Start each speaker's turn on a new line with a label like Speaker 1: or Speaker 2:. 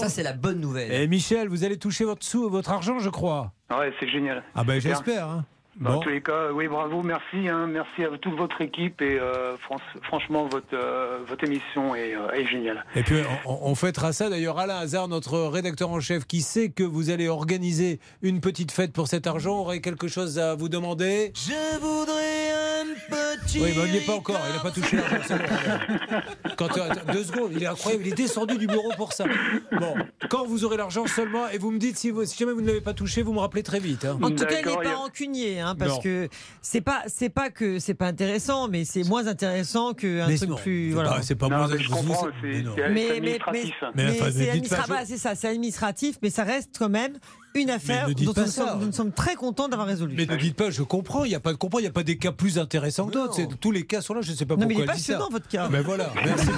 Speaker 1: Ça, c'est la bonne nouvelle.
Speaker 2: Oh. Et Eh, Michel, vous allez toucher votre sou, votre argent, je crois.
Speaker 3: Ouais, c'est génial.
Speaker 2: Ah ben
Speaker 3: Super.
Speaker 2: j'espère. hein.
Speaker 3: Bah, En
Speaker 2: Bon.
Speaker 3: tous les cas, oui, bravo, merci, hein, merci à toute votre équipe et euh, fran- franchement, votre, euh, votre émission est, euh, est géniale.
Speaker 2: Et puis on, on fêtera ça d'ailleurs Alain Hazard, notre rédacteur en chef, qui sait que vous allez organiser une petite fête pour cet argent, aurait quelque chose à vous demander.
Speaker 4: Je voudrais un petit.
Speaker 2: Oui, mais on n'y est pas encore, il n'a pas touché l'argent. c'est bon, alors. Quand, attends, deux secondes, il est incroyable, il est descendu du bureau pour ça. Bon, quand vous aurez l'argent seulement, et vous me dites si, vous- si jamais vous ne l'avez pas touché, vous me rappelez très vite. hein.
Speaker 4: En tout cas, il n'est
Speaker 3: Mm. D'accord, il y
Speaker 4: pas
Speaker 3: a-
Speaker 4: rancunier, hein, parce
Speaker 2: Non.
Speaker 4: que c'est pas, c'est pas que c'est pas intéressant, mais c'est moins intéressant qu'un
Speaker 2: Mais
Speaker 4: truc
Speaker 2: non,
Speaker 4: plus.
Speaker 2: c'est
Speaker 4: Voilà.
Speaker 2: pas- C'est pas
Speaker 3: Non,
Speaker 2: moi,
Speaker 3: mais je
Speaker 2: vous- vous-
Speaker 3: comprends,
Speaker 2: mais
Speaker 3: c'est
Speaker 2: non.
Speaker 3: c'est
Speaker 4: Mais- mais-
Speaker 3: administratif.
Speaker 2: Mais
Speaker 4: Mais
Speaker 2: enfin, ne
Speaker 4: c'est
Speaker 2: dites pas
Speaker 4: administratif,
Speaker 2: ça.
Speaker 4: voilà, c'est ça, c'est administratif, mais ça reste quand même une affaire
Speaker 2: ne dites
Speaker 4: dont
Speaker 2: pas
Speaker 4: nous,
Speaker 2: ça.
Speaker 4: sommes, nous nous sommes très contents d'avoir résolu.
Speaker 2: Mais ne dites pas, je comprends, il n'y a pas de comprends, il n'y a pas des cas plus intéressants que
Speaker 1: Non.
Speaker 2: d'autres. c'est- Tous les cas sont là, je ne sais pas
Speaker 4: non, mais il
Speaker 2: pourquoi
Speaker 4: est
Speaker 2: elle dit ça.
Speaker 4: passionnant votre cas.
Speaker 2: Mais voilà, merci.